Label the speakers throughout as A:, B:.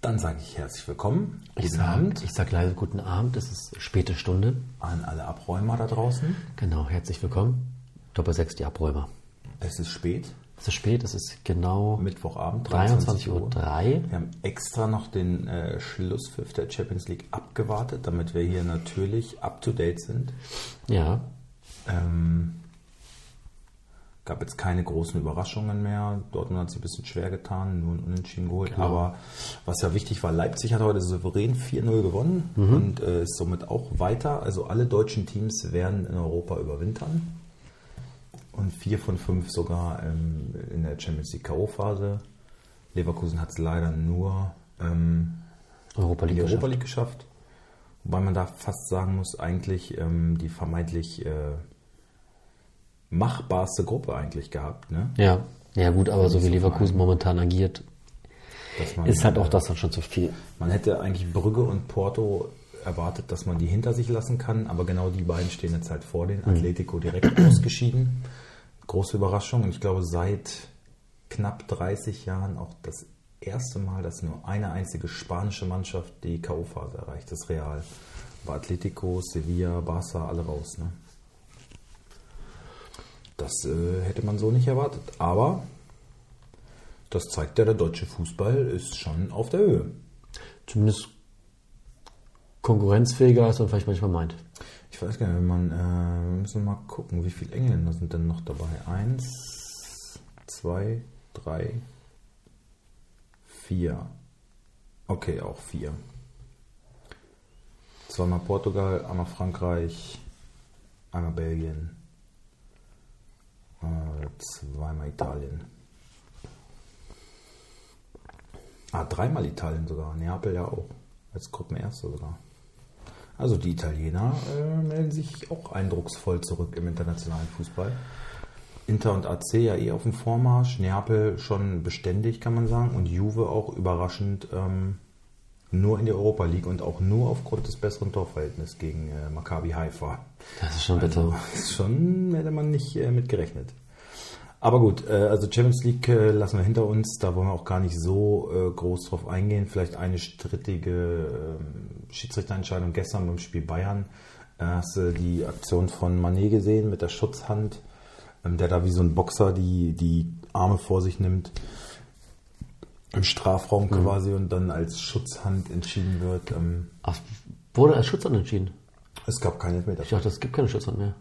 A: Dann sage ich herzlich willkommen.
B: Ich
A: Guten
B: sag,
A: Abend
B: ich sag leise guten Abend, es ist späte Stunde.
A: an alle Abräumer da draußen.
B: Genau, herzlich willkommen. Doppel 6, die Abräumer.
A: Es ist spät,
B: Es ist spät, es ist genau
A: Mittwochabend,
B: 23.03 Uhr.
A: Wir haben extra noch den äh, Schlusspfiff der Champions League abgewartet, damit wir hier natürlich up-to-date sind.
B: Ja,
A: Ähm, gab jetzt keine großen Überraschungen mehr. Dortmund hat sich ein bisschen schwer getan, nur ein Unentschieden geholt. Aber was ja wichtig war, Leipzig hat heute souverän 4-0 gewonnen und äh, ist somit auch weiter. Also alle deutschen Teams werden in Europa überwintern. Und vier von fünf sogar ähm, in der Champions League K.O.-Phase. Leverkusen hat es leider nur ähm,
B: Europa
A: in
B: League.
A: die Europa
B: geschafft.
A: League geschafft. Wobei man da fast sagen muss, eigentlich ähm, die vermeintlich äh, machbarste Gruppe eigentlich gehabt. Ne?
B: Ja. ja, gut, aber so wie Leverkusen momentan agiert,
A: Dass man,
B: ist halt auch das dann schon zu viel.
A: Man hätte eigentlich Brügge und Porto erwartet, dass man die hinter sich lassen kann, aber genau die beiden stehen jetzt halt vor den Atletico direkt ausgeschieden. Große Überraschung und ich glaube seit knapp 30 Jahren auch das erste Mal, dass nur eine einzige spanische Mannschaft die K.O.-Phase erreicht, das Real. Aber Atletico, Sevilla, Barca, alle raus. Ne? Das äh, hätte man so nicht erwartet, aber das zeigt ja, der deutsche Fußball ist schon auf der Höhe.
B: Zumindest konkurrenzfähiger, als man vielleicht manchmal meint.
A: Ich weiß gar nicht, wenn man, äh, wir müssen mal gucken, wie viele Engländer sind denn noch dabei? Eins, zwei, drei, vier. Okay, auch vier. Zweimal Portugal, einmal Frankreich, einmal Belgien, äh, zweimal Italien. Ah, dreimal Italien sogar. Neapel ja auch. Als Gruppenerster sogar. Also die Italiener äh, melden sich auch eindrucksvoll zurück im internationalen Fußball. Inter und AC ja eh auf dem Vormarsch, Neapel schon beständig, kann man sagen, und Juve auch überraschend ähm, nur in der Europa League und auch nur aufgrund des besseren Torverhältnisses gegen äh, Maccabi Haifa.
B: Das ist schon bitter.
A: Also schon hätte man nicht äh, mit gerechnet. Aber gut, äh, also Champions League äh, lassen wir hinter uns, da wollen wir auch gar nicht so äh, groß drauf eingehen. Vielleicht eine strittige ähm, Schiedsrichterentscheidung gestern beim Spiel Bayern. Äh, hast du die Aktion von Manet gesehen mit der Schutzhand, ähm, der da wie so ein Boxer die, die Arme vor sich nimmt, im Strafraum quasi und dann als Schutzhand entschieden wird. Ähm,
B: Ach, wurde als Schutzhand entschieden.
A: es gab keinen Elfmeter.
B: Ich dachte, es gibt keine Schutzhand mehr.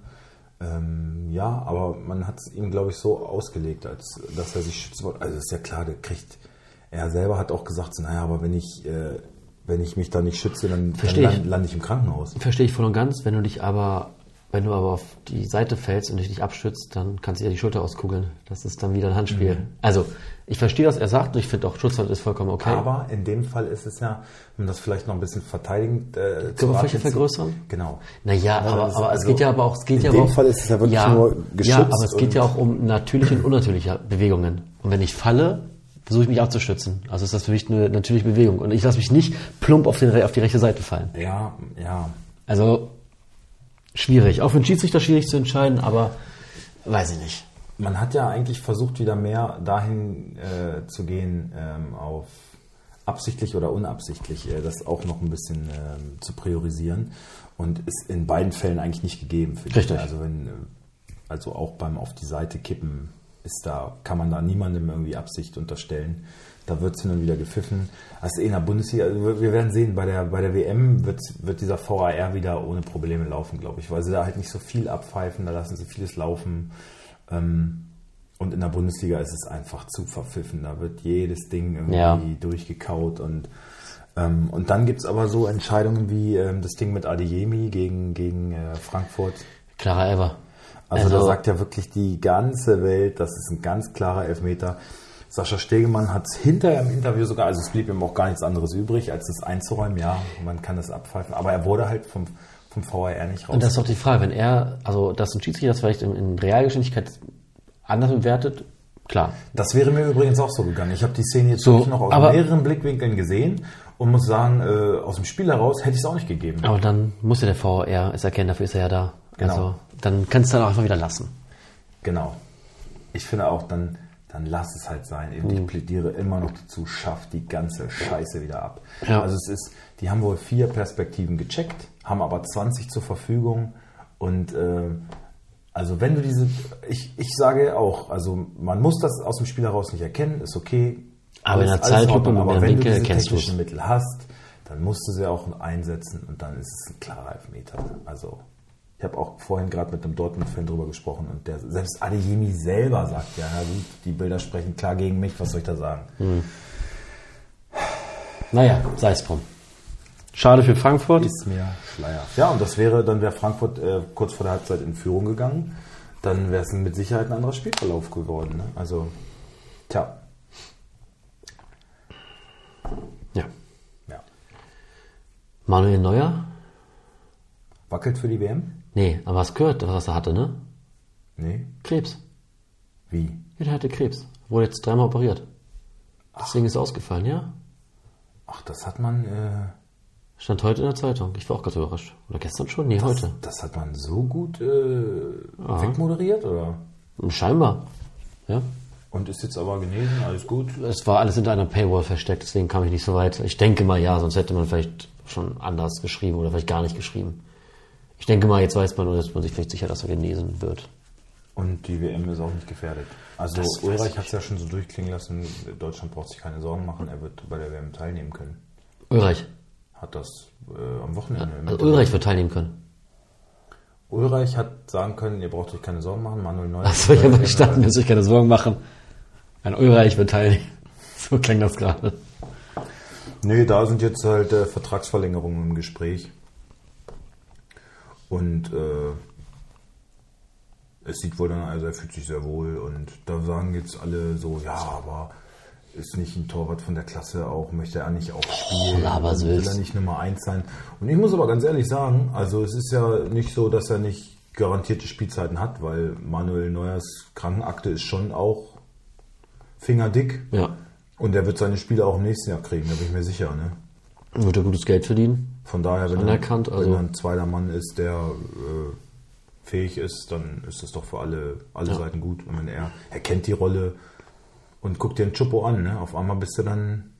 A: Ähm, ja, aber man hat es ihm, glaube ich, so ausgelegt, als dass er sich schützen wollte. Also ist ja klar, der kriegt. Er selber hat auch gesagt, so, naja, aber wenn ich, äh, wenn ich mich da nicht schütze, dann, dann
B: Versteh ich.
A: land, lande ich im Krankenhaus.
B: Verstehe ich voll und ganz. Wenn du dich aber, wenn du aber auf die Seite fällst und dich nicht abschützt, dann kannst du dir die Schulter auskugeln. Das ist dann wieder ein Handspiel.
A: Mhm.
B: Also, ich verstehe, was er sagt und ich finde auch Schutzhand ist vollkommen okay.
A: Aber in dem Fall ist es ja, um das vielleicht noch ein bisschen verteidigend äh, zu
B: Körperfläche
A: raten, zu-
B: vergrößern?
A: Genau.
B: naja,
A: Ja,
B: aber,
A: das ist
B: aber es
A: also-
B: geht ja aber auch, es geht
A: in
B: ja
A: dem
B: aber auch,
A: Fall ist es ja wirklich nur geschützt
B: Ja, aber es
A: und-
B: geht ja auch um natürliche und unnatürliche Bewegungen. Und wenn ich falle, versuche ich mich abzuschützen. Also ist das für mich eine natürliche Bewegung. Und ich lasse mich nicht plump auf, den, re- auf die rechte Seite fallen.
A: Ja, ja.
B: Also, schwierig. Auch für einen Schiedsrichter schwierig zu entscheiden, aber weiß ich nicht.
A: man hat ja eigentlich versucht, wieder mehr dahin äh, zu gehen, ähm, auf absichtlich oder unabsichtlich, äh, das auch noch ein bisschen ähm, zu priorisieren. Und ist in beiden Fällen eigentlich nicht gegeben, finde
B: Richtig.
A: ich. Also wenn, äh, also auch beim auf die Seite kippen ist da, kann man da niemandem irgendwie Absicht unterstellen. Da wird es hin und wieder gepfiffen. Also in der Bundesliga, also wir wir werden sehen, bei der, bei der WM wird, wird dieser VAR wieder ohne Probleme laufen, glaube ich, weil sie da halt nicht so viel abpfeifen, da lassen sie vieles laufen. Ähm, und in der Bundesliga ist es einfach zu verpfiffen. Da wird jedes Ding irgendwie
B: Ja.
A: durchgekaut und ähm, und dann gibt's aber so Entscheidungen wie ähm, das Ding mit Adeyemi gegen, gegen äh, Frankfurt.
B: Klarer Ever.
A: Also, da sagt ja wirklich die ganze Welt, das ist ein ganz klarer Elfmeter. Sascha Stegemann hat es hinterher im Interview sogar, also es blieb ihm auch gar nichts anderes übrig, als das einzuräumen. Ja, man kann das abpfeifen, aber er wurde halt vom, vom VAR nicht raus.
B: Und das ist doch die Frage, wenn er, also dass ein Schiedsrichter das vielleicht in, in Realgeschwindigkeit anders bewertet, klar.
A: Das wäre mir übrigens auch so gegangen. Ich habe die Szene jetzt
B: So,
A: wirklich noch aus
B: aber-
A: mehreren Blickwinkeln gesehen und muss sagen, äh, aus dem Spiel heraus hätte ich es auch nicht gegeben.
B: Aber dann muss ja der VR es erkennen, dafür ist er ja da.
A: Genau.
B: Also dann kannst du dann auch einfach wieder lassen.
A: Genau. Ich finde auch, dann, dann lass es halt sein. Ich plädiere immer noch dazu, schafft die ganze Scheiße wieder ab.
B: Ja.
A: Also es ist, die haben wohl vier Perspektiven gecheckt, haben aber 20 zur Verfügung und äh, also wenn du diese, ich, ich sage auch, also man muss das aus dem Spiel heraus nicht erkennen, ist okay.
B: Aber in
A: Alles-
B: der
A: alles in
B: Zeitlupe
A: Ordnung,
B: mit
A: aber
B: dem
A: wenn
B: Winkel
A: du diese
B: erkennst du's.
A: technischen Mittel hast, dann musst du sie auch einsetzen und dann ist es ein klarer Elfmeter. Also ich habe auch vorhin gerade mit einem Dortmund-Fan drüber gesprochen und der selbst Adeyemi selber sagt, ja, na gut, die Bilder sprechen klar gegen mich, was soll ich da sagen?
B: Mhm. Naja, sei es drum. Schade für Frankfurt.
A: Ist mir Schleier. Ja, und das wäre, dann wäre Frankfurt äh, kurz vor der Halbzeit in Führung gegangen. Dann wäre es mit Sicherheit ein anderer Spielverlauf geworden. Ne? Also, tja,
B: Ja.
A: ja.
B: Manuel Neuer?
A: Wackelt für die WM?
B: Nee, aber hast gehört, was er hatte, ne?
A: Nee.
B: Krebs.
A: Wie?
B: Ja, der hatte Krebs. Wurde jetzt dreimal operiert. Deswegen ist er ausgefallen, ja?
A: Ach, das hat man, äh,
B: Stand heute in der Zeitung. Ich war auch ganz überrascht. Oder gestern schon? Nee, heute.
A: das hat man so gut äh, wegmoderiert, oder?
B: Scheinbar. Ja.
A: Und ist jetzt aber genesen, alles gut.
B: Es war alles hinter einer Paywall versteckt, deswegen kam ich nicht so weit. Ich denke mal ja, sonst hätte man vielleicht schon anders geschrieben oder vielleicht gar nicht geschrieben. Ich denke mal, jetzt weiß man, oder ist man sich vielleicht sicher, dass er genesen wird.
A: Und die WM ist auch nicht gefährdet. Also
B: Das weiß
A: Ulreich
B: ich
A: hat es ja schon so durchklingen lassen, Deutschland braucht sich keine Sorgen machen, er wird bei der WM teilnehmen können.
B: Ulreich.
A: Hat das äh, am Wochenende. im
B: Also
A: Interview-
B: Ulreich wird teilnehmen können.
A: Ulreich hat sagen können, ihr braucht euch keine Sorgen machen, Manuel Neuer.
B: Achso, ich habe verstanden, dass ich keine Sorgen machen. Ein Ulreich wird teilnehmen. So klang das gerade.
A: Nee, da sind jetzt halt äh, Vertragsverlängerungen im Gespräch. Und äh, es sieht wohl dann, also er fühlt sich sehr wohl. Und da sagen jetzt alle so, ja, aber ist nicht ein Torwart von der Klasse auch, möchte er nicht auch spielen.
B: Labersülz.
A: will er nicht Nummer eins sein. Und ich muss aber ganz ehrlich sagen, also es ist ja nicht so, dass er nicht garantierte Spielzeiten hat, weil Manuel Neuers Krankenakte ist schon auch fingerdick.
B: Ja.
A: Und er wird seine Spiele auch im nächsten Jahr kriegen, da bin ich mir sicher. Ne?
B: Wird er gutes Geld verdienen?
A: Von daher, wenn,
B: Anerkannt,
A: er,
B: also-
A: wenn er ein zweiter Mann ist, der äh, fähig ist, dann ist das doch für alle, alle Seiten gut. Und wenn er, er kennt die Rolle und guckt dir den Chupo an, ne? auf einmal bist du dann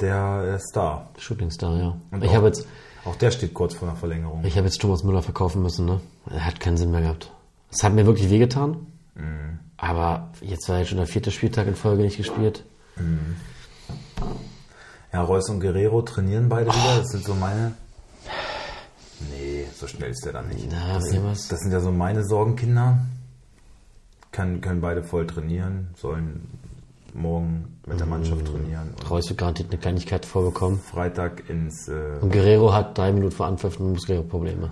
A: der, der Star.
B: Shootingstar, ja.
A: Und
B: ich
A: auch-
B: habe jetzt,
A: Auch der steht kurz vor einer Verlängerung.
B: ich habe jetzt Thomas Müller verkaufen müssen, ne? Er hat keinen Sinn mehr gehabt. Es hat mir wirklich wehgetan.
A: Mhm.
B: Aber jetzt war jetzt schon der vierte Spieltag in Folge nicht gespielt.
A: Ja, Reus und Guerrero trainieren beide
B: Oh.
A: wieder. Das sind so meine. Nee, so schnell ist der dann nicht.
B: Na,
A: das,
B: aber
A: sind,
B: irgendwas-
A: das sind ja so meine Sorgenkinder. Können, können beide voll trainieren, sollen morgen mit der
B: Mhm.
A: Mannschaft trainieren und
B: Reus wird garantiert eine Kleinigkeit vorbekommen.
A: Freitag ins. Äh,
B: Und Guerrero hat drei Minuten vor Anpfiff nur Muskelprobleme.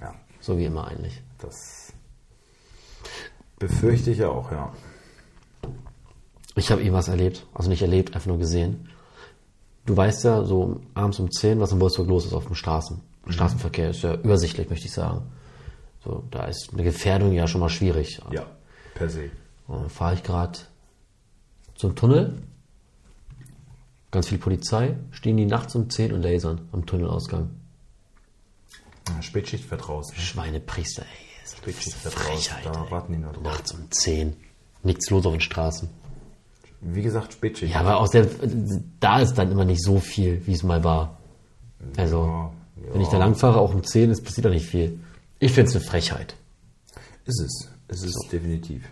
A: ja,
B: So wie immer eigentlich.
A: das befürchte ich ja auch, ja.
B: Ich habe eh was erlebt. Also nicht erlebt, einfach nur gesehen. Du weißt ja, so abends um 10, was in Wolfsburg los ist auf den Straßen.
A: Mhm.
B: Straßenverkehr ist ja übersichtlich, möchte ich sagen. So, da ist eine Gefährdung ja schon mal schwierig.
A: Ja, per se.
B: Und dann fahre Äh, ich gerade zum Tunnel. Ganz viel Polizei. Stehen die nachts um 10 und lasern am Tunnelausgang.
A: Ja, Spätschicht fährt raus. Ne?
B: Schweinepriester, ey. Ist das
A: Spätschicht
B: ist eine
A: fährt raus.
B: Frechheit.
A: Da
B: ey.
A: warten die nur drauf.
B: Nachts um 10. Nichts los auf den Straßen.
A: Wie gesagt, Spätschicht.
B: Ja, aber auch selbst da ist dann immer nicht so viel, wie es mal war. Also,
A: Ja, ja.
B: wenn ich da langfahre, auch um 10, es passiert da nicht viel. Ich finde es eine Frechheit.
A: Ist es. Es ist definitiv.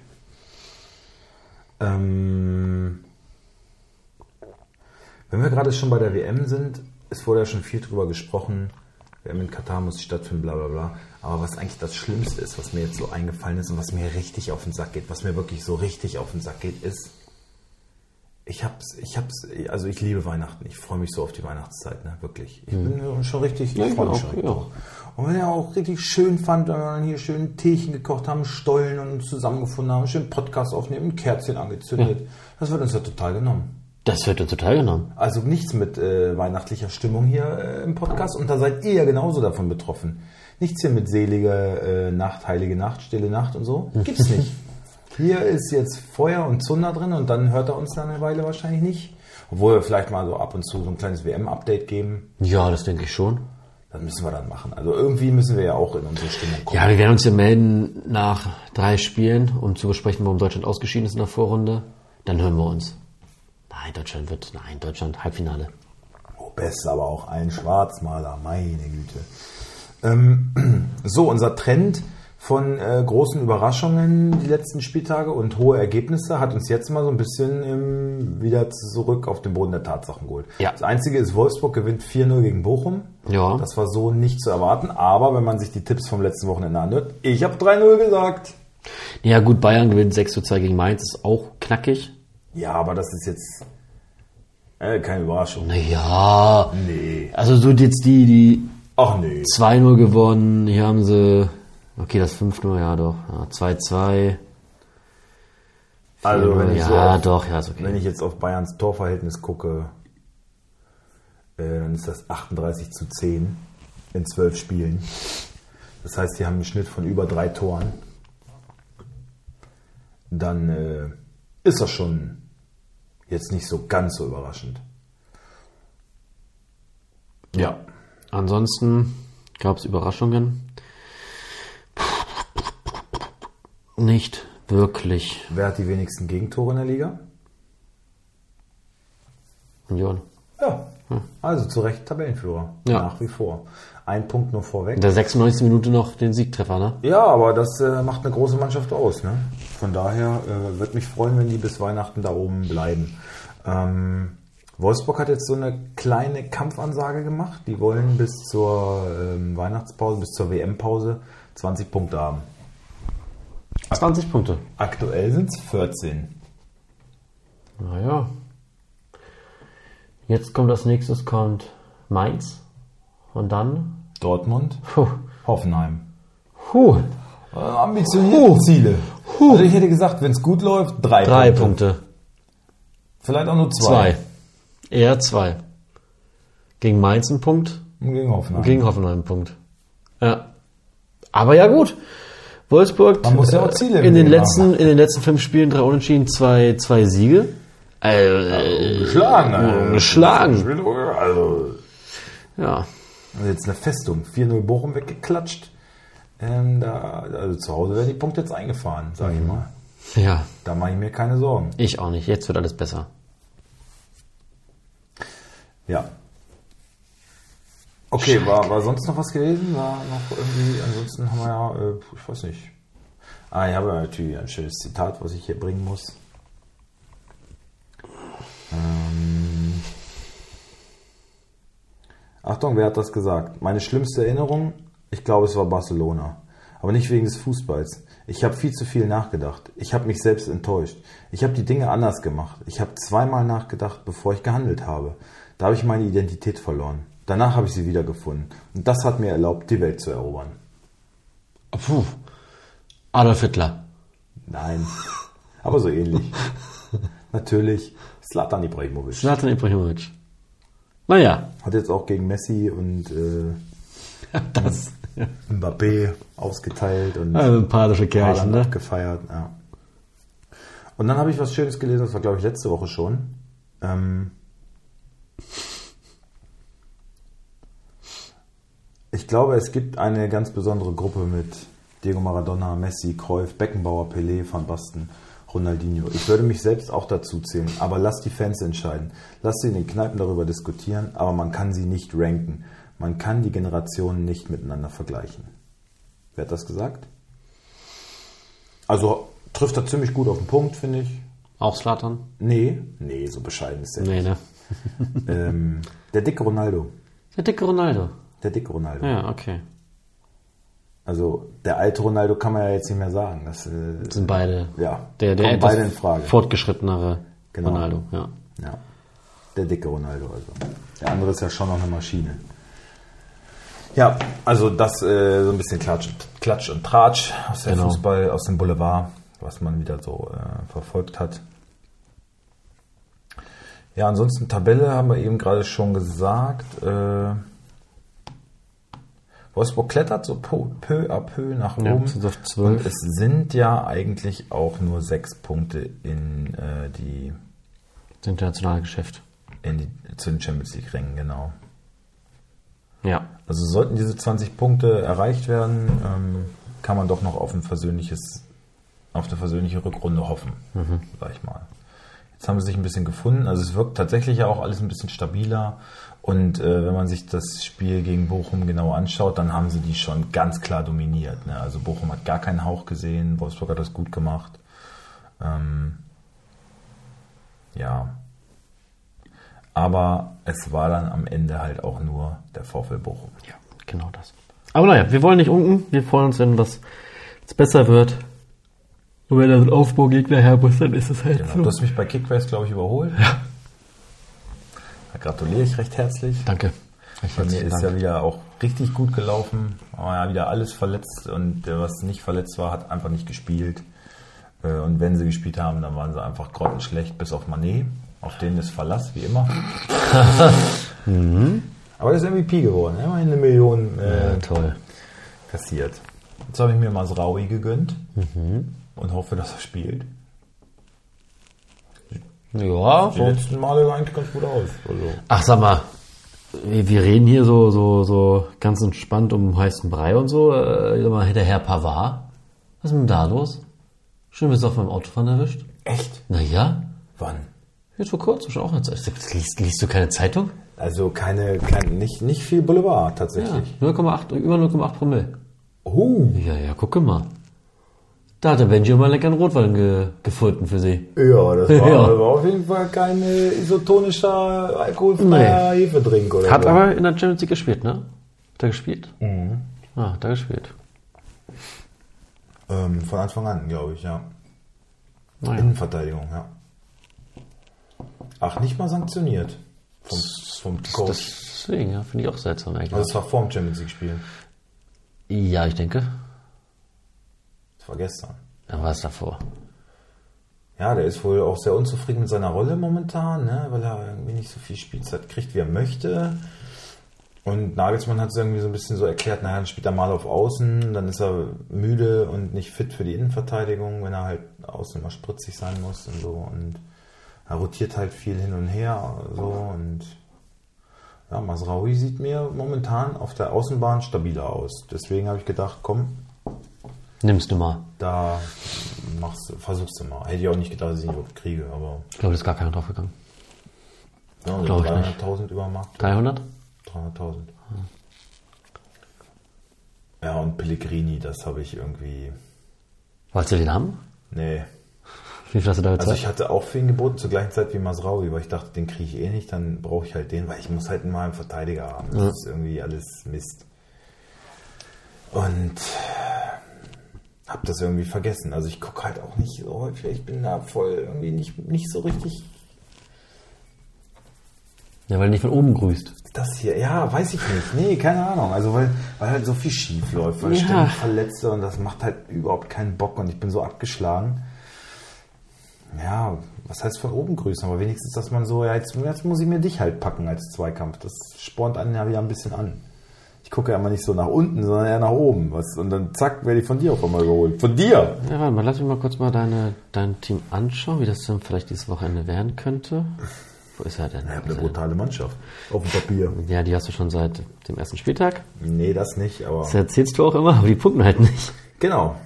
A: Ähm, wenn wir gerade schon bei der WM sind, es wurde ja schon viel drüber gesprochen. WM in Katar muss stattfinden, bla bla bla. Aber was eigentlich das Schlimmste ist, was mir jetzt so eingefallen ist und was mir richtig auf den Sack geht, was mir wirklich so richtig auf den Sack geht, ist, ich hab's, ich hab's, also ich liebe Weihnachten. Ich freue mich so auf die Weihnachtszeit, ne? Wirklich. Ich bin schon richtig, ich
B: ich
A: freue mich
B: auch,
A: schon
B: ich
A: richtig.
B: auch.
A: Und wenn er auch richtig schön fand, wenn wir dann hier schön Teechen gekocht haben, Stollen und uns zusammengefunden haben, schön Podcast aufnehmen, Kerzchen angezündet. Das wird uns ja total genommen.
B: Das wird uns total genommen.
A: Also nichts mit äh, weihnachtlicher Stimmung hier äh, im Podcast und da seid ihr ja genauso davon betroffen. Nichts hier mit seliger äh, Nacht, heilige Nacht, stille Nacht und so. Gibt's nicht. Hier ist jetzt Feuer und Zunder drin und dann hört er uns dann eine Weile wahrscheinlich nicht. Obwohl wir vielleicht mal so ab und zu so ein kleines WM-Update geben.
B: Ja, das denke ich schon.
A: Das müssen wir dann machen. Also irgendwie müssen wir ja auch in unsere Stimmung kommen.
B: Ja, wir werden uns hier melden nach drei Spielen, um zu besprechen, warum Deutschland ausgeschieden ist in der Vorrunde. Dann hören wir uns. Nein, Deutschland wird, nein, Deutschland, Halbfinale.
A: Besser aber auch ein Schwarzmaler, meine Güte. Ähm, so, unser Trend von äh, großen Überraschungen die letzten Spieltage und hohe Ergebnisse hat uns jetzt mal so ein bisschen ähm, wieder zurück auf den Boden der Tatsachen geholt.
B: Ja.
A: Das Einzige ist, Wolfsburg gewinnt 4-0 gegen Bochum.
B: Ja.
A: Das war so nicht zu erwarten, aber wenn man sich die Tipps vom letzten Wochenende anhört, ich habe 3-0 gesagt.
B: Ja, gut, Bayern gewinnt 6 zu 2 gegen Mainz, ist auch knackig.
A: Ja, aber das ist jetzt äh, keine Überraschung.
B: Naja,
A: Nee.
B: also so jetzt die, die
A: Ach nee.
B: 2-0 gewonnen, hier haben sie, okay, das 5-0, ja doch, ja, 2-2.
A: Also, wenn ich
B: ja,
A: so auf-
B: doch, ja, ist okay.
A: Wenn ich jetzt auf Bayerns Torverhältnis gucke, äh, dann ist das 38 zu 10 in 12 Spielen. Das heißt, die haben einen Schnitt von über drei Toren. Dann äh, ist das schon jetzt nicht so ganz so überraschend.
B: Ja. Ansonsten gab es Überraschungen. Nicht wirklich.
A: Wer hat die wenigsten Gegentore in der Liga?
B: Union.
A: Ja, also zu Recht Tabellenführer.
B: Hm. Ja.
A: Nach wie vor. Ein Punkt nur vorweg.
B: In der 96. Minute noch den Siegtreffer, ne?
A: Ja, aber das äh, macht eine große Mannschaft aus. Ne? Von daher äh, würde mich freuen, wenn die bis Weihnachten da oben bleiben. Ähm, Wolfsburg hat jetzt so eine kleine Kampfansage gemacht. Die wollen bis zur ähm, Weihnachtspause, bis zur WM-Pause 20 Punkte haben.
B: 20 Punkte.
A: Aktuell sind es 14.
B: Naja. Jetzt kommt als nächstes kommt Mainz. Und dann.
A: Dortmund,
B: Puh.
A: Hoffenheim.
B: Puh.
A: Äh, ambitionierte Ziele. Also ich hätte gesagt, wenn es gut läuft, drei,
B: Drei Punkte.
A: Vielleicht auch nur zwei.
B: Zwei. Eher zwei. Gegen Mainz ein Punkt.
A: Und Gegen Hoffenheim.
B: Gegen Hoffenheim ein Punkt. Ja. Aber ja gut. Wolfsburg
A: Man muss ja auch
B: äh,
A: Ziele im
B: in den
A: Leben
B: letzten in den letzten fünf Spielen drei Unentschieden, zwei zwei Siege. Äh,
A: geschlagen. äh,
B: geschlagen.
A: Also
B: Ja.
A: Also jetzt eine Festung. 4-0 Bochum weggeklatscht. Ähm, da, also zu Hause werden die Punkte jetzt eingefahren, sage ich mal.
B: Ja,
A: Da mache ich mir keine Sorgen.
B: ich auch nicht. Jetzt wird alles besser.
A: Ja. Okay, war, war sonst noch was gewesen? War noch irgendwie, ansonsten haben wir ja, äh, ich weiß nicht. Ah, ich habe ja natürlich ein schönes Zitat, was ich hier bringen muss. Ähm. Achtung, wer hat das gesagt? Meine schlimmste Erinnerung, ich glaube, es war Barcelona. Aber nicht wegen des Fußballs. Ich habe viel zu viel nachgedacht. Ich habe mich selbst enttäuscht. Ich habe die Dinge anders gemacht. Ich habe zweimal nachgedacht, bevor ich gehandelt habe. Da habe ich meine Identität verloren. Danach habe ich sie wiedergefunden. Und das hat mir erlaubt, die Welt zu erobern.
B: Puh. Adolf Hitler.
A: Nein. Aber so ähnlich. Natürlich. Slatan Ibrahimovic.
B: Zlatan Ibrahimovic. Naja,
A: Hat jetzt auch gegen Messi und äh,
B: das
A: Mbappé ausgeteilt und
B: äh, sympathische Kerlchen,
A: Haaland
B: ne?
A: abgefeiert. Ja. Und dann habe ich was Schönes gelesen, das war glaube ich letzte Woche schon. Ähm, ich glaube, es gibt eine ganz besondere Gruppe mit Diego Maradona, Messi, Cruyff, Beckenbauer, Pelé, Van Basten, Ronaldinho. Ich würde mich selbst auch dazu zählen, aber lass die Fans entscheiden. Lass sie in den Kneipen darüber diskutieren, aber man kann sie nicht ranken. Man kann die Generationen nicht miteinander vergleichen. Wer hat das gesagt? Also trifft er ziemlich gut auf den Punkt, finde ich.
B: Auch Slattern?
A: Nee, nee, so bescheiden ist der.
B: Nee, ne?
A: Ähm, der dicke Ronaldo.
B: Der dicke Ronaldo.
A: Der dicke Ronaldo.
B: Ja, okay.
A: Also der alte Ronaldo kann man ja jetzt nicht mehr sagen. Das, äh,
B: Das sind beide.
A: Ja.
B: Der, der
A: Kommen
B: etwas
A: beide in Frage.
B: fortgeschrittenere
A: Genau.
B: Ronaldo, ja.
A: ja. Der dicke Ronaldo also. Der andere ist ja schon noch eine Maschine. Ja, also das äh, so ein bisschen Klatsch, und- Klatsch und Tratsch aus dem
B: Genau.
A: Fußball, aus dem Boulevard, was man wieder so äh, verfolgt hat. Ja, ansonsten Tabelle haben wir eben gerade schon gesagt. Äh, Wolfsburg klettert so po- peu à peu nach
B: Ja,
A: oben.
B: sind auf zwölf.
A: Und es sind ja eigentlich auch nur sechs Punkte in äh, die
B: Das internationale Geschäft.
A: in die, zu den Champions League Rängen, genau.
B: Ja.
A: Also sollten diese 20 Punkte erreicht werden, ähm, kann man doch noch auf ein versöhnliches, auf eine versöhnliche Rückrunde hoffen, sag ich mal. Jetzt haben sie sich ein bisschen gefunden. Also es wirkt tatsächlich ja auch alles ein bisschen stabiler. Und äh, wenn man sich das Spiel gegen Bochum genau anschaut, dann haben sie die schon ganz klar dominiert. Ne? Also Bochum hat gar keinen Hauch gesehen, Wolfsburg hat das gut gemacht. Ähm, ja, aber es war dann am Ende halt auch nur der VfL Bochum.
B: Ja, genau das. Aber naja, wir wollen nicht unken. Wir freuen uns, wenn was jetzt besser wird. Und wenn da so ein Aufbaugegner her muss, dann ist es halt
A: Genau.
B: so.
A: Du hast mich bei Kickbase, glaube ich, überholt. Ja. Da gratuliere ich recht herzlich.
B: Danke.
A: Bei mir ist ja wieder auch richtig gut gelaufen. Aber ja, wieder alles verletzt und der, was nicht verletzt war, hat einfach nicht gespielt. Äh, Und wenn sie gespielt haben, dann waren sie einfach grottenschlecht, bis auf Manet. Auf den ist Verlass, wie immer.
B: Mhm.
A: Aber er ist MVP geworden. ne? Immerhin eine Million äh,
B: toll.
A: kassiert. Jetzt habe ich mir Masraui gegönnt
B: Mhm.
A: und hoffe, dass er spielt.
B: Ja,
A: Die letzten Male sah eigentlich ganz gut aus. Also.
B: Ach, sag mal, wir, wir reden hier so, so, so ganz entspannt um heißen Brei und so. Äh, sag mal, hinterher Pavard. Was ist denn da los? Schön, bist du auf meinem Autofahren erwischt?
A: Echt?
B: Naja,
A: Wann?
B: jetzt vor kurzem schon auch eine Zeitung. Liest, liest du keine Zeitung?
A: Also keine, kein, nicht, nicht viel Boulevard
B: Ja,
A: tatsächlich.
B: 0,8, über 0,8 Promille.
A: Oh,
B: Ja, ja, gucke mal. Da hat der Benji mal leckeren Rotwein ge gefunden für sie.
A: ja, das war,
B: Ja.
A: das war auf jeden Fall kein äh, isotonischer, alkoholfreier Hefedrink oder
B: Hat
A: so.
B: aber in der Champions League gespielt, ne? Hat er gespielt? Mhm. Ah, hat er gespielt.
A: Ähm, von Anfang an, glaube ich, ja.
B: Naja.
A: Innenverteidigung, ja. Ach, nicht mal sanktioniert vom, vom Coach.
B: Deswegen, ja, finde ich auch seltsam eigentlich.
A: Also es war vor dem Champions League Spiel.
B: Ja, ich denke.
A: Das war gestern.
B: Dann war es davor.
A: Ja, der ist wohl auch sehr unzufrieden mit seiner Rolle momentan, ne? weil er irgendwie nicht so viel Spielzeit kriegt, wie er möchte. Und Nagelsmann hat es irgendwie so ein bisschen so erklärt, naja, dann spielt er mal auf Außen, dann ist er müde und nicht fit für die Innenverteidigung, wenn er halt außen mal spritzig sein muss und so. Und er rotiert halt viel hin und her so und ja, Masraoui sieht mir momentan auf der Außenbahn stabiler aus. Deswegen habe ich gedacht, komm,
B: Nimmst du mal.
A: da machst, versuchst du mal. Hätte ich auch nicht gedacht, dass ich ihn überhaupt kriege, aber
B: Ich glaube, da ist gar keiner draufgegangen.
A: ja, also
B: Glaub ich
A: 300.000 über Markt.
B: 300?
A: 300.000. Ja, und Pellegrini, das habe ich irgendwie.
B: Wolltest du den haben?
A: Nee.
B: Wie viel hast du da
A: Also
B: gezahlt?
A: ich hatte auch für ihn geboten, zur gleichen Zeit wie Masraui, weil ich dachte, den kriege ich eh nicht, dann brauche ich halt den, weil ich muss halt mal einen Verteidiger haben. Das
B: Ja.
A: ist irgendwie alles Mist. Und habe das irgendwie vergessen. Also ich gucke halt auch nicht so häufig, ich bin da voll irgendwie nicht, nicht so richtig
B: ja, weil du nicht von oben grüßt.
A: Das hier, ja, weiß ich nicht. Nee, keine Ahnung. Also, weil, weil halt so viel schief läuft, weil
B: Ja.
A: ich ständig verletze und das macht halt überhaupt keinen Bock und ich bin so abgeschlagen. Ja, was heißt von oben grüßen? Aber wenigstens, dass man so, ja, jetzt, jetzt muss ich mir dich halt packen als Zweikampf. Das spornt einen ja wieder ein bisschen an. Ich gucke ja immer nicht so nach unten, sondern eher nach oben. Was, und dann zack, werde ich von dir auf einmal geholt. Von dir!
B: Ja, warte mal, lass mich mal kurz mal deine, dein Team anschauen, wie das dann vielleicht dieses Wochenende werden könnte. Wo ist er denn?
A: Ich habe
B: Ist
A: eine
B: er
A: brutale Mannschaft. Auf dem Papier.
B: denn? Ja, die hast du schon seit dem ersten Spieltag.
A: Nee, das nicht, aber.
B: Das erzählst du auch immer, aber die punkten halt nicht.
A: Genau.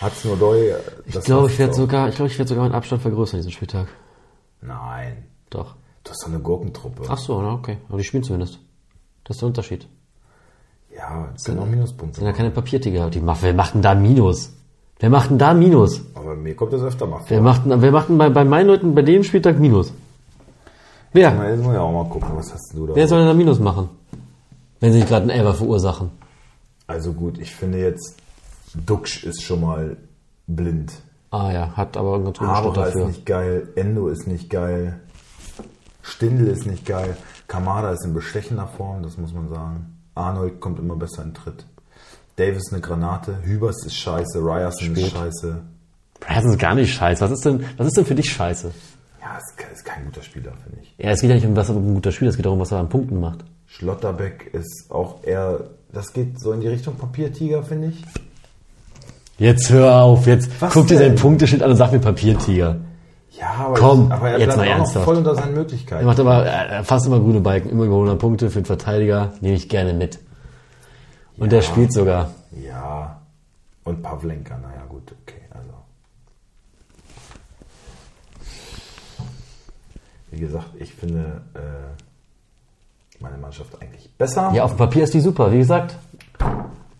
A: Hat's nur doll.
B: Ich glaube, ich werde sogar, ich glaube, ich werde sogar meinen Abstand vergrößern diesen Spieltag.
A: Nein.
B: Doch.
A: Du hast doch eine Gurkentruppe.
B: Ach so, na, okay. Aber die spielen zumindest. Das ist der Unterschied.
A: Ja, es können auch Minuspunkte
B: Sind ja
A: sein.
B: keine Papiertiger. Die machen, wer macht denn da Minus? Wer macht denn da Minus?
A: Aber mir kommt das öfter mal vor.
B: Wer macht denn, wer macht denn bei, bei meinen Leuten bei dem Spieltag Minus? Wer?
A: Na, Jetzt muss ich auch mal gucken, was hast du da?
B: Wer soll denn da Minus machen? Wenn sie nicht gerade einen Elfer verursachen.
A: Also gut, ich finde jetzt, Duxch ist schon mal blind.
B: Ah ja, hat aber einen ganz guten Schritt
A: Haberer ist
B: dafür.
A: nicht geil, Endo ist nicht geil, Stindel ist nicht geil, Kamada ist in bestechender Form, das muss man sagen. Arnold kommt immer besser in Tritt. Davis eine Granate, Hübers ist scheiße, Ryerson ist scheiße.
B: Bryson ist gar nicht scheiße. Was ist denn, was ist denn für dich scheiße?
A: Ja, ist, ke- ist kein guter Spieler, finde ich.
B: Ja, es geht ja nicht um was, ob ein guter Spieler, es geht darum, was er an Punkten macht.
A: Schlotterbeck ist auch eher, das geht so in die Richtung Papiertiger, finde ich.
B: Jetzt hör auf, jetzt
A: Was
B: guck dir
A: denn?
B: sein Punkteschild an und sag mir Papiertiger.
A: Ja, aber,
B: Komm,
A: aber er
B: jetzt mal
A: bleibt auch noch
B: ernsthaft.
A: voll unter seinen
B: Er
A: Möglichkeiten.
B: macht aber äh, fast immer grüne Balken, immer über 100 Punkte für den Verteidiger, nehme ich gerne mit. Und der spielt sogar.
A: Ja, und Pavlenka, naja gut, okay, also. Wie gesagt, ich finde äh, meine Mannschaft eigentlich besser.
B: Ja, auf dem Papier ist die super, wie gesagt.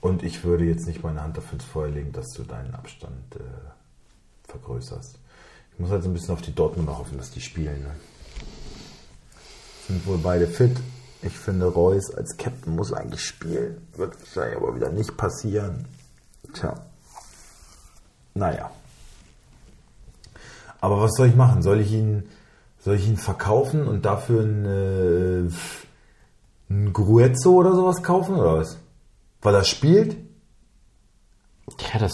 A: Und ich würde jetzt nicht meine Hand dafür ins Feuer legen, dass du deinen Abstand äh, vergrößerst. Ich muss halt so ein bisschen auf die Dortmunder hoffen, dass die spielen. Ne? Sind wohl beide fit. Ich finde, Reus als Captain muss eigentlich spielen. Wird wahrscheinlich aber wieder nicht passieren. Tja. Naja. Aber was soll ich machen? Soll ich ihn, soll ich ihn verkaufen und dafür einen, äh, einen Gruezzo oder sowas kaufen oder was? Weil er spielt?
B: Ja, das.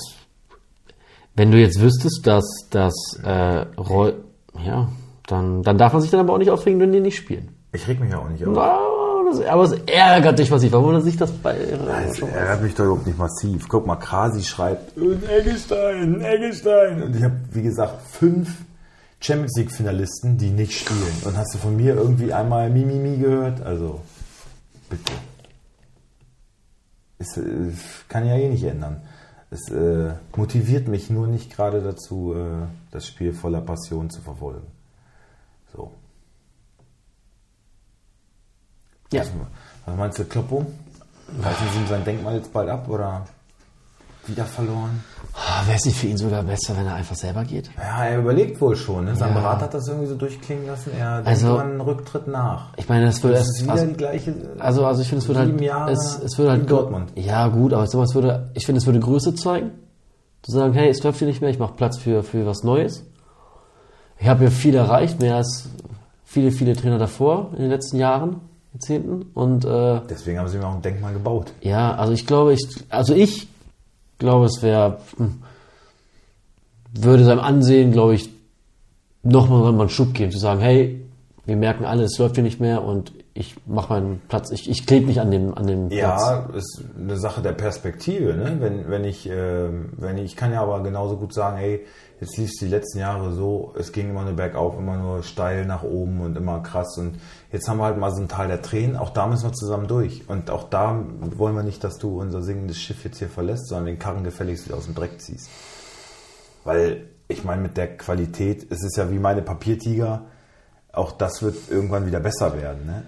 B: Wenn du jetzt wüsstest, dass das äh, Roll. Ja, dann, dann darf man sich dann aber auch nicht aufregen, wenn die nicht spielen.
A: Ich reg mich ja auch nicht auf.
B: Ah, das- Aber es ärgert dich massiv. Warum wundert sich das bei. äh,
A: Das ärgert mich doch überhaupt nicht massiv. Guck mal, Krasi schreibt, Äh, "Ein Eggestein, ein Eggestein. Und ich habe, wie gesagt, fünf Champions League-Finalisten, die nicht spielen. Und hast du von mir irgendwie einmal Mimimi gehört? Also, bitte. Es äh, kann ja eh nicht ändern. Es äh, motiviert mich nur nicht gerade dazu, äh, das Spiel voller Passion zu verfolgen. So.
B: Ja.
A: Was, was meinst du, Kloppo? Reißen Sie ihm sein Denkmal jetzt bald ab oder wieder verloren?
B: Ah, Wäre es nicht für ihn sogar besser, wenn er einfach selber geht?
A: Ja, er überlegt wohl schon. Ne? Sein
B: Ja.
A: Berater hat das irgendwie so durchklingen lassen. Er denkt
B: Also-
A: über einen Rücktritt nach.
B: Ich meine, das würde
A: Das ist
B: erst.
A: wieder
B: Also,
A: die gleiche.
B: also, also ich finde, es würde
A: Sieben
B: halt.
A: Jahre
B: es, es würde halt.
A: in Dortmund.
B: Ja, gut, aber ich, sag mal, es würde, ich finde, es würde Größe zeigen. Zu sagen, hey, es läuft hier nicht mehr, ich mache Platz für, für was Neues. Ich habe hier viel erreicht, mehr als viele, viele Trainer davor in den letzten Jahren, Jahrzehnten. Und äh,
A: Deswegen haben sie mir auch ein Denkmal gebaut.
B: ja, also ich glaube, ich, also ich glaube, es wäre, hm, würde seinem Ansehen, glaube ich, nochmal einen Schub geben, zu sagen, hey, wir merken alle, es läuft hier nicht mehr und ich mache meinen Platz, ich, ich klebe mich an dem, an dem Platz.
A: Ja, ist eine Sache der Perspektive. Ne? Wenn, wenn ich, ähm, wenn ich, ich kann ja aber genauso gut sagen, hey, jetzt lief es die letzten Jahre so, es ging immer nur bergauf, immer nur steil nach oben und immer krass. Und jetzt haben wir halt mal so ein Tal der Tränen. Auch da müssen wir zusammen durch. Und auch da wollen wir nicht, dass du unser singendes Schiff jetzt hier verlässt, sondern den Karren gefälligst wieder aus dem Dreck ziehst. Weil ich meine, mit der Qualität, es ist ja wie meine Papiertiger, auch das wird irgendwann wieder besser werden. Ne?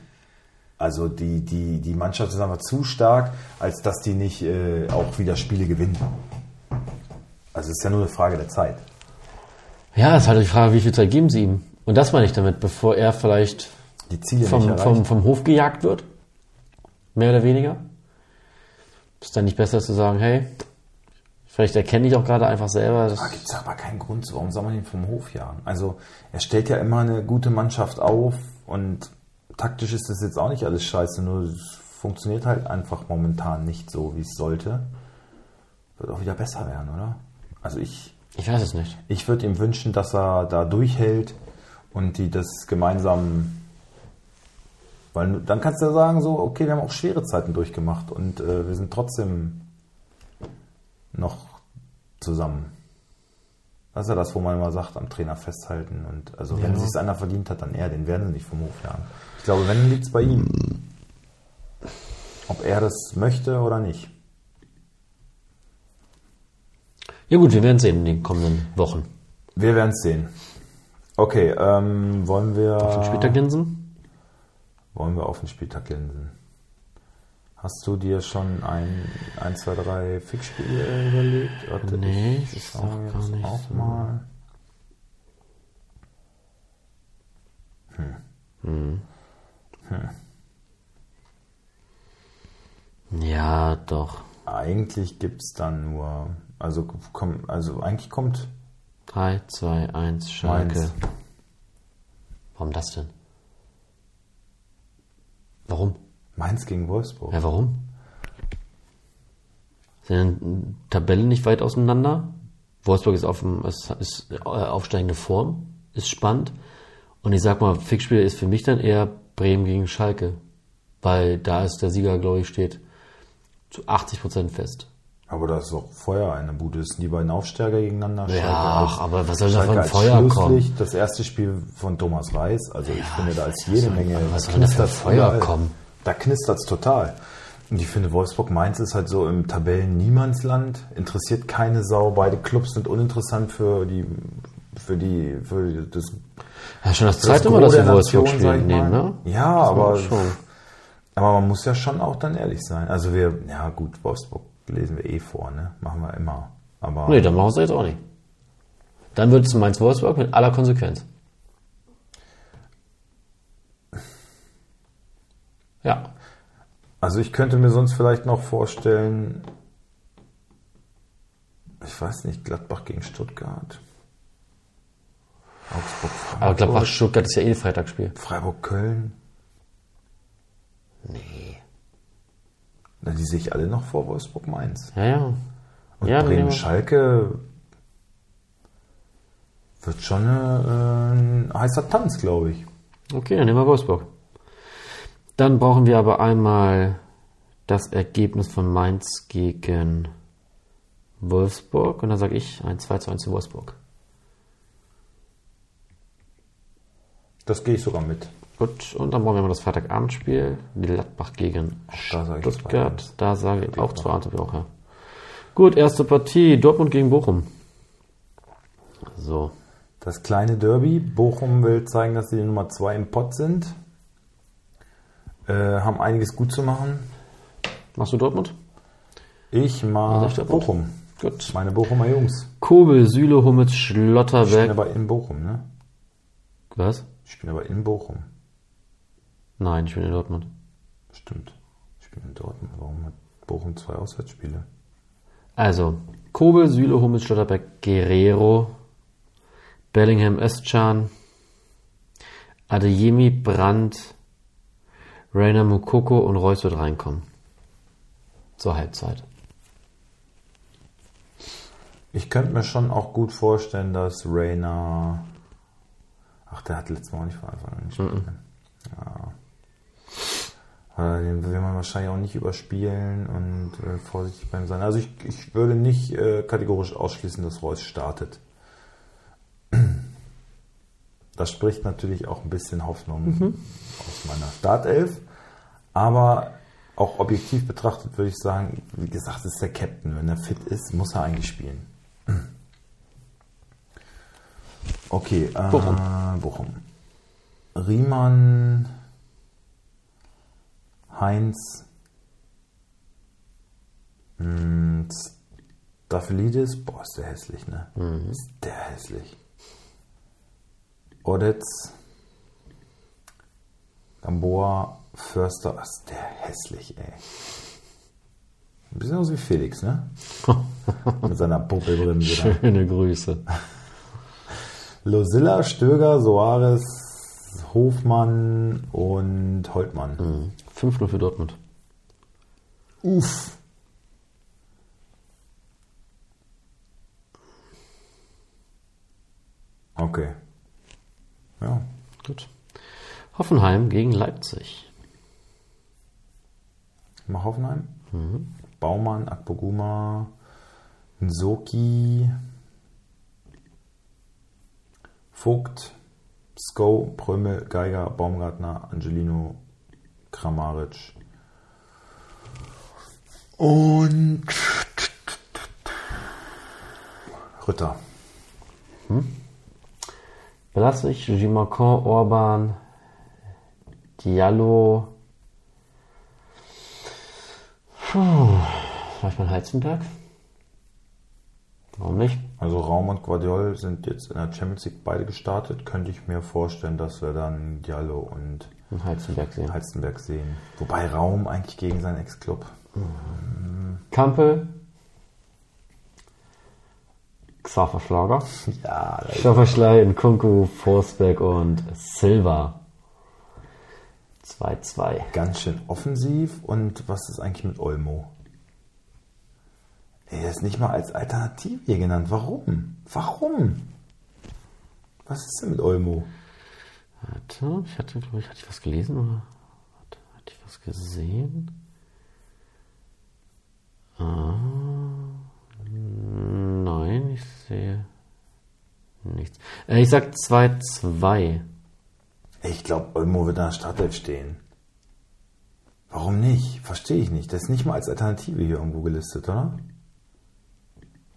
A: Also die, die, die Mannschaft ist einfach zu stark, als dass die nicht äh, auch wieder Spiele gewinnen. Also es ist ja nur eine Frage der Zeit.
B: Ja, es ist halt die Frage, wie viel Zeit geben sie ihm? Und das meine ich damit, bevor er vielleicht
A: Die Ziele nicht
B: vom,
A: erreicht.
B: vom, vom Hof gejagt wird. Mehr oder weniger. Ist dann nicht besser zu sagen, hey, vielleicht erkenne ich auch gerade einfach selber, dass
A: Da gibt es aber keinen Grund zu, warum soll man ihn vom Hof jagen? Also er stellt ja immer eine gute Mannschaft auf und taktisch ist das jetzt auch nicht alles scheiße, nur es funktioniert halt einfach momentan nicht so, wie es sollte. Wird auch wieder besser werden, oder? Also ich,
B: ich weiß es nicht.
A: ich würde ihm wünschen, dass er da durchhält und die das gemeinsam. Weil dann kannst du ja sagen, so, okay, wir haben auch schwere Zeiten durchgemacht und äh, wir sind trotzdem noch zusammen. Das ist ja das, wo man immer sagt, am Trainer festhalten. Und also wenn sich einer verdient hat, dann er, den werden sie nicht vom Hof jagen. Ich glaube, wenn liegt es bei ihm. Ob er das möchte oder nicht.
B: Ja gut, wir werden sehen in den kommenden Wochen.
A: Wir werden es sehen. Okay, ähm, wollen wir.
B: Auf den Spieltag Linsen?
A: Wollen wir auf den Spieltag linsen? Hast du dir schon ein, ein zwei, drei Fixspiele überlegt? Warte,
B: Nee,
A: ich
B: ist
A: schau
B: doch gar
A: jetzt
B: nicht
A: auch
B: so.
A: mal.
B: Ja, doch.
A: Eigentlich gibt's dann nur, also komm, also eigentlich kommt
B: 3, 2, 1, Schalke.
A: meins.
B: Warum das denn? Warum?
A: Mainz gegen Wolfsburg.
B: Ja, warum? Sind denn Tabellen nicht weit auseinander? Wolfsburg ist, auf, dem- ist, ist äh, aufsteigende Form, ist spannend. Und ich sag mal, Fixspiel ist für mich dann eher Bremen gegen Schalke. Weil da ist der Sieger, glaube ich, steht zu 80% fest.
A: Aber da ist doch Feuer in der Bude. Das sind die beiden Aufsteiger gegeneinander.
B: Ja,
A: als-
B: ach, aber was soll da
A: Schalke
B: für ein
A: als
B: Feuer
A: Schlusslicht.
B: kommen?
A: Das erste Spiel von Thomas Reis. Also ich finde, da ist jede Menge.
B: was soll da für ein
A: knistert's
B: Feuer
A: überall.
B: kommen?
A: Da knistert's total. Und ich finde, Wolfsburg-Mainz ist halt so im Tabellen-Niemandsland. Interessiert keine Sau. Beide Clubs sind uninteressant für die, für die, für das,
B: Ja, schon das
A: für das
B: zweite Mal, dass
A: Gros
B: wir
A: der
B: Wolfsburg
A: Nation, sag
B: spielen
A: ich mal.
B: nehmen, ne?
A: Ja,
B: Das war
A: aber
B: schon.
A: aber man muss ja schon auch dann ehrlich sein. Also wir, ja gut, Wolfsburg lesen wir eh vor, ne? Machen wir immer. Aber
B: Nee, dann machen sie jetzt auch nicht. Dann wird es Mainz-Wolfsburg mit aller Konsequenz. Ja.
A: also ich könnte mir sonst vielleicht noch vorstellen, ich weiß nicht, Gladbach gegen Stuttgart. Augsburg, Frankfurt,
B: Aber Gladbach-Stuttgart ist ja eh Freitagsspiel.
A: Freiburg, Köln. Nee. Na, die sehe ich alle noch vor Wolfsburg, Mainz.
B: Ja, ja.
A: Und
B: Ja,
A: Bremen
B: nee,
A: Schalke wird schon äh, ein heißer Tanz, glaube ich.
B: Okay, dann nehmen wir Wolfsburg. Dann brauchen wir aber einmal das Ergebnis von Mainz gegen Wolfsburg. Und dann sage ich ein 2 zu 1 zu Wolfsburg.
A: Das gehe ich sogar mit.
B: Gut, und dann brauchen wir mal das Freitagabendspiel. Gladbach gegen
A: da sag ich
B: Stuttgart.
A: 2-1.
B: Da sage ich auch 2 1 auch, ja. Gut, erste Partie. Dortmund gegen Bochum. So.
A: Das kleine Derby. Bochum will zeigen, dass sie die Nummer 2 im Pott sind. Äh, haben einiges gut zu machen.
B: Machst du Dortmund?
A: Ich
B: Also
A: mag
B: ich glaub,
A: Bochum.
B: Gut.
A: Meine Bochumer Jungs.
B: Kobel, Süle, Hummels,
A: Ich bin
B: Schlotterberg.
A: aber in Bochum, ne?
B: Was?
A: Ich bin aber in Bochum.
B: Nein, ich bin in Dortmund.
A: Stimmt. Ich bin in Dortmund. Warum hat Bochum zwei Auswärtsspiele?
B: Also, Kobel, Süle, Hummels, Schlotterberg, Guerrero, Bellingham, Özcan, Adeyemi, Brandt, Rainer Mukoko und Reus wird reinkommen. Zur Halbzeit.
A: Ich könnte mir schon auch gut vorstellen, dass Rainer. Ach, der hat letztes Mal auch nicht von Anfang an gespielt. ne? Ja. Äh, Den will man wahrscheinlich auch nicht überspielen und äh, vorsichtig beim sein. Also ich, ich würde nicht äh, kategorisch ausschließen, dass Reus startet. Das spricht natürlich auch ein bisschen Hoffnung aus meiner Startelf. Aber auch objektiv betrachtet würde ich sagen, wie gesagt, ist der Captain. Wenn er fit ist, muss er eigentlich spielen. Okay, äh, Bochum. Riemann, Heinz, mh, Staphylidis, hm, boah, ist der hässlich, ne? Ist der hässlich. Odetz, Gamboa, Förster, was ist der hässlich, ey. Ein bisschen aus wie Felix, ne? Mit seiner Puppelbremse. da.
B: Schöne Grüße.
A: Losilla, Stöger, Soares, Hofmann und Holtmann.
B: Hm. 5-0 für Dortmund.
A: Uff. Okay. Ja.
B: Gut. Hoffenheim gegen Leipzig.
A: Ich mach Hoffenheim. Baumann, Akpoguma, Nsoki, Vogt, Sko, Prömel, Geiger, Baumgartner, Angelino, Kramaric. Und Ritter.
B: Belastig, Gimacan, Orban, Diallo, Vielleicht mal Heizenberg? Warum nicht?
A: Also Raum und Guardiol sind jetzt in der Champions League beide gestartet. Könnte ich mir vorstellen, dass wir dann Diallo und
B: Ein Heizenberg sehen.
A: Halstenberg sehen. Wobei Raum eigentlich gegen seinen Ex-Club.
B: Kampel. Xaver Schlager.
A: Ja,
B: Schafferschlein, Kunku, Forsberg und Silva. 2-2.
A: ganz schön offensiv. Und was ist eigentlich mit Olmo? Ey, Er ist nicht mal als Alternative hier genannt. Warum? Warum? Was ist denn mit Olmo?
B: Warte, ich hatte, glaube ich, hatte ich was gelesen oder Warte, hatte ich was gesehen? Ah, nein, ich sehe nichts. Äh, ich sag 2-2.
A: Ey, Ich glaube, Olmo wird in der Startelf stehen. Warum nicht? Verstehe ich nicht. Der ist nicht mal als Alternative hier irgendwo gelistet, oder?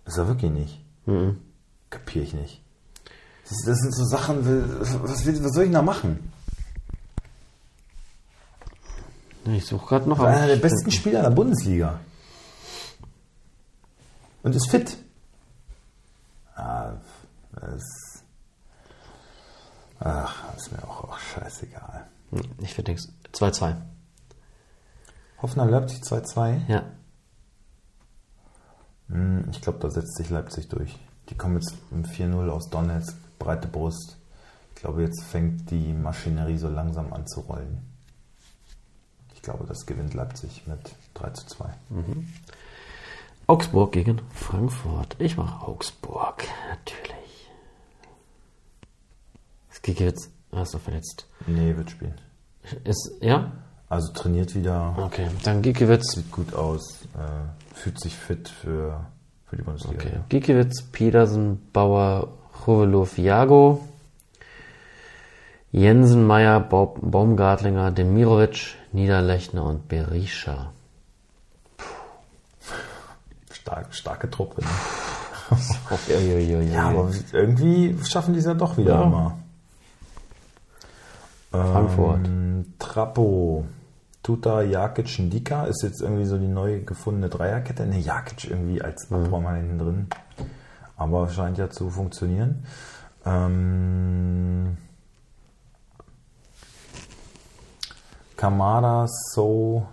A: Ist er wirklich nicht? Kapier ich nicht. Das, das sind so Sachen, was, will- was soll ich denn da machen?
B: Ne, Ich suche gerade noch.
A: War einer der
B: ich-
A: besten Spieler der Bundesliga. Und ist fit. Ah, das, ach, ist mir auch, auch scheißegal.
B: Ich würde nichts. 2-2.
A: Hoffenheim Leipzig 2-2.
B: Ja.
A: Hm, Ich glaube, da setzt sich Leipzig durch. Die kommen jetzt im 4-0 aus Donetsk, breite Brust. Ich glaube, jetzt fängt die Maschinerie so langsam an zu rollen. Ich glaube, das gewinnt Leipzig mit 3 zu 2.
B: Augsburg gegen Frankfurt. Ich mache Augsburg, natürlich. Es geht jetzt. Er ist doch verletzt.
A: Nee, wird spielen.
B: Ist, ja?
A: Also trainiert wieder,
B: Okay, dann Giekewitz.
A: sieht gut aus, äh, fühlt sich fit für, für die Bundesliga.
B: Okay. Genau. Giekewitz, Petersen, Bauer, Hovelow, Jago. Jensen, Meyer, Baum, Baumgartlinger, Demirovic, Niederlechner und Berisha.
A: Stark, starke Truppe. Ne?
B: Uiuiuiui.
A: Ja, aber irgendwie schaffen die es ja doch wieder
B: Ja.
A: immer.
B: Frankfurt.
A: Ähm, Trappo, Tuta, Jakic, Ndika ist jetzt irgendwie so die neu gefundene Dreierkette. Ne, Jakic irgendwie als Abräumer hinten drin. Aber scheint ja zu funktionieren. Ähm, Kamada, So.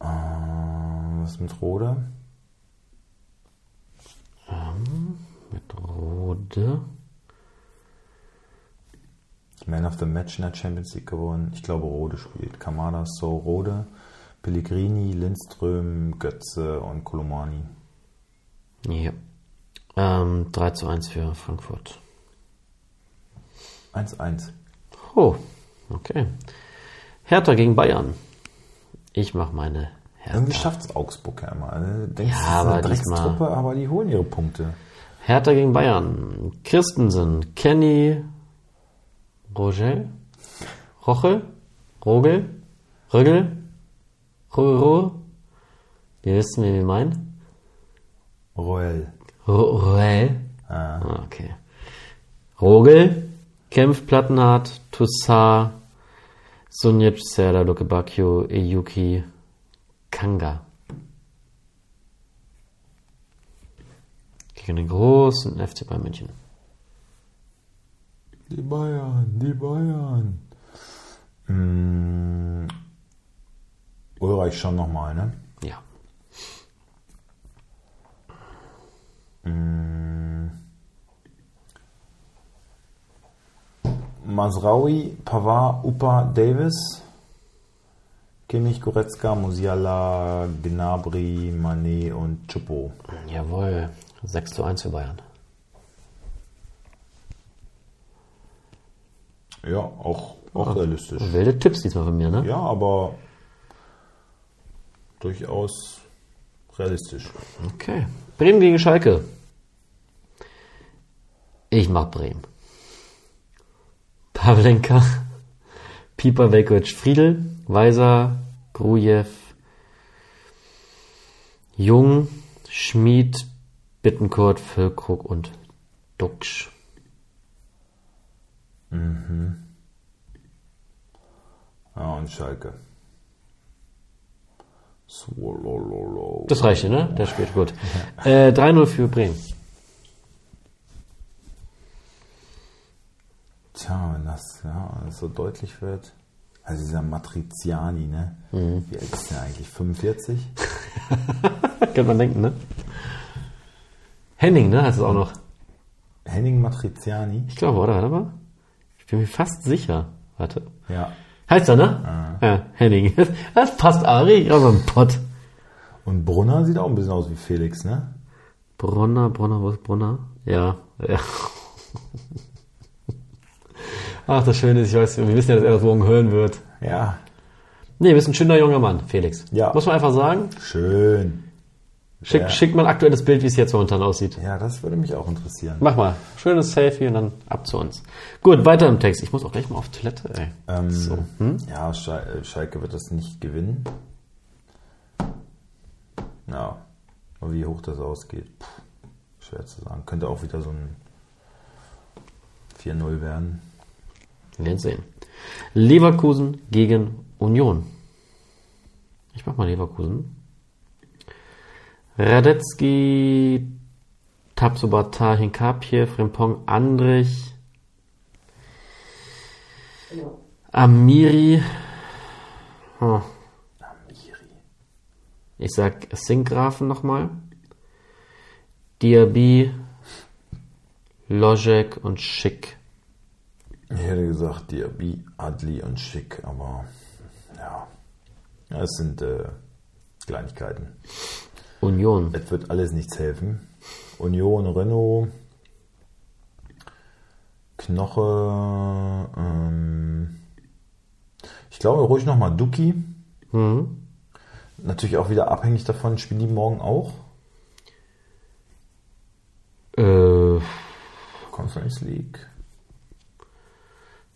A: Ähm, äh, was mit Rode?
B: Mit Rode.
A: Man of the Match in der Champions League geworden. Ich glaube, Rode spielt. Kamada, So, Rode, Pellegrini, Lindström, Götze und Kolomani.
B: Ja. Ähm, 3 zu 1 für Frankfurt.
A: 1-1.
B: Oh, okay. Hertha gegen Bayern. Ich mache meine
A: Irgendwie
B: Hertha.
A: schafft es Augsburg ja immer. Ne? Du Denkst, ja,
B: Ja,
A: ist eine
B: aber
A: Dreckstruppe,
B: diesmal-
A: aber die holen ihre Punkte.
B: Hertha gegen Bayern. Christensen, Kenny, Rogel, Roche, Rogel, Rögel, Rögel. Wir wissen, wen wir meinen.
A: Roel.
B: Ro- Roel. Ah, Okay. Rogel, Kempf, Plattenhardt, Toussaint, Sunic, Serda, Luke Bakio, Eyuki, Kanga. Gegen den großen FC Bayern München.
A: Die Bayern, die Bayern. Mm, Ulreich schon nochmal, ne?
B: Ja.
A: Masraoui, Pavard, Upa, Davis, Kimmich, Goretzka, Musiala, Gnabry, Mané und Chupo.
B: Jawohl. 6 zu 1 für Bayern.
A: Ja, auch, auch realistisch.
B: Wilde Tipps diesmal von mir, ne?
A: Ja, aber durchaus realistisch.
B: Okay. Bremen gegen Schalke. Ich mach Bremen. Pavlenka, Pieper, Velkovic, Friedel, Weiser, Grujew, Jung, Schmid, Bittenkurt, Füllkrug und Duxch.
A: Ja, und Schalke. Swallow.
B: Das reicht, dir, ne? Der spielt gut. Äh, 3-0 für Bremen.
A: Tja, wenn das ja, alles so deutlich wird. Also dieser Matriziani, ne? Wie alt ist der eigentlich? 45?
B: Könnte man denken, ne? Henning, ne? Heißt es auch noch.
A: Henning Matriziani?
B: Ich glaube, oder? Warte mal. Ich bin mir fast sicher. Warte.
A: Ja.
B: Heißt er,
A: Ah.
B: ne? Ja, Henning. Das passt Ari, aber ein Pott.
A: Und Brunner sieht auch ein bisschen aus wie Felix, ne?
B: Bronner, Bronner, was Bronner? Ja, ja. Ach, das Schöne ist, ich weiß, wir wissen ja, dass er das morgen hören wird.
A: Ja.
B: Nee, bist ein schöner junger Mann, Felix.
A: Ja.
B: Muss man einfach sagen.
A: Schön.
B: Schick,
A: Ja.
B: Schick mal ein aktuelles Bild, wie es jetzt momentan aussieht.
A: Ja, das würde mich auch interessieren.
B: Mach mal. Schönes Selfie und dann ab zu uns. Gut, weiter im Text. Ich muss auch gleich mal auf Toilette, ey.
A: Ähm,
B: So. Hm?
A: Ja, Schal äh, Schalke wird das nicht gewinnen. Ja. Aber wie hoch das ausgeht, pff, schwer zu sagen. Könnte auch wieder so ein 4-0 werden.
B: Wir werden sehen. Leverkusen gegen Union. Ich mach mal Leverkusen. Radetzky, Tabsobata, Hinkapje, Frimpong, Andrich, Amiri. Oh,
A: Amiri.
B: ich sag Sinkgrafen nochmal. Diaby, Lojek und Schick.
A: Ich hätte gesagt, Diaby, Adli und Schick, aber ja. Ja, Es sind äh, Kleinigkeiten.
B: Union.
A: Es wird alles nichts helfen. Union, Renault, Knoche, ähm, ich glaube ruhig nochmal Duki. Natürlich auch wieder abhängig davon, spielen die morgen auch
B: Äh,
A: Conference League.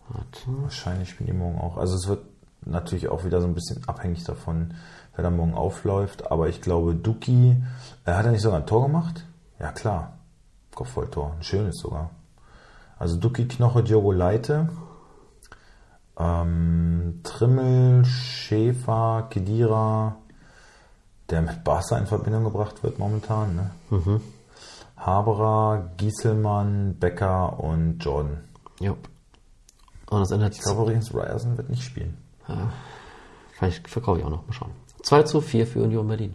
B: warte.
A: Wahrscheinlich spielen die morgen auch. Also es wird natürlich auch wieder so ein bisschen abhängig davon, wer da morgen aufläuft. Aber ich glaube, Duki, äh, hat er nicht sogar ein Tor gemacht? Ja klar, Kopfballtor, ein schönes sogar. Also Duki, Knoche, Diogo Leite, ähm, Trimmel, Schäfer, Kedira, der mit Barca in Verbindung gebracht wird momentan. Ne? Haberer, Gieselmann, Becker und Jordan.
B: Ja. Und das ändert
A: Ich glaube übrigens, Ryerson wird nicht spielen.
B: Vielleicht verkaufe ich auch noch. Mal schauen. 2 zu 4 für Union Berlin.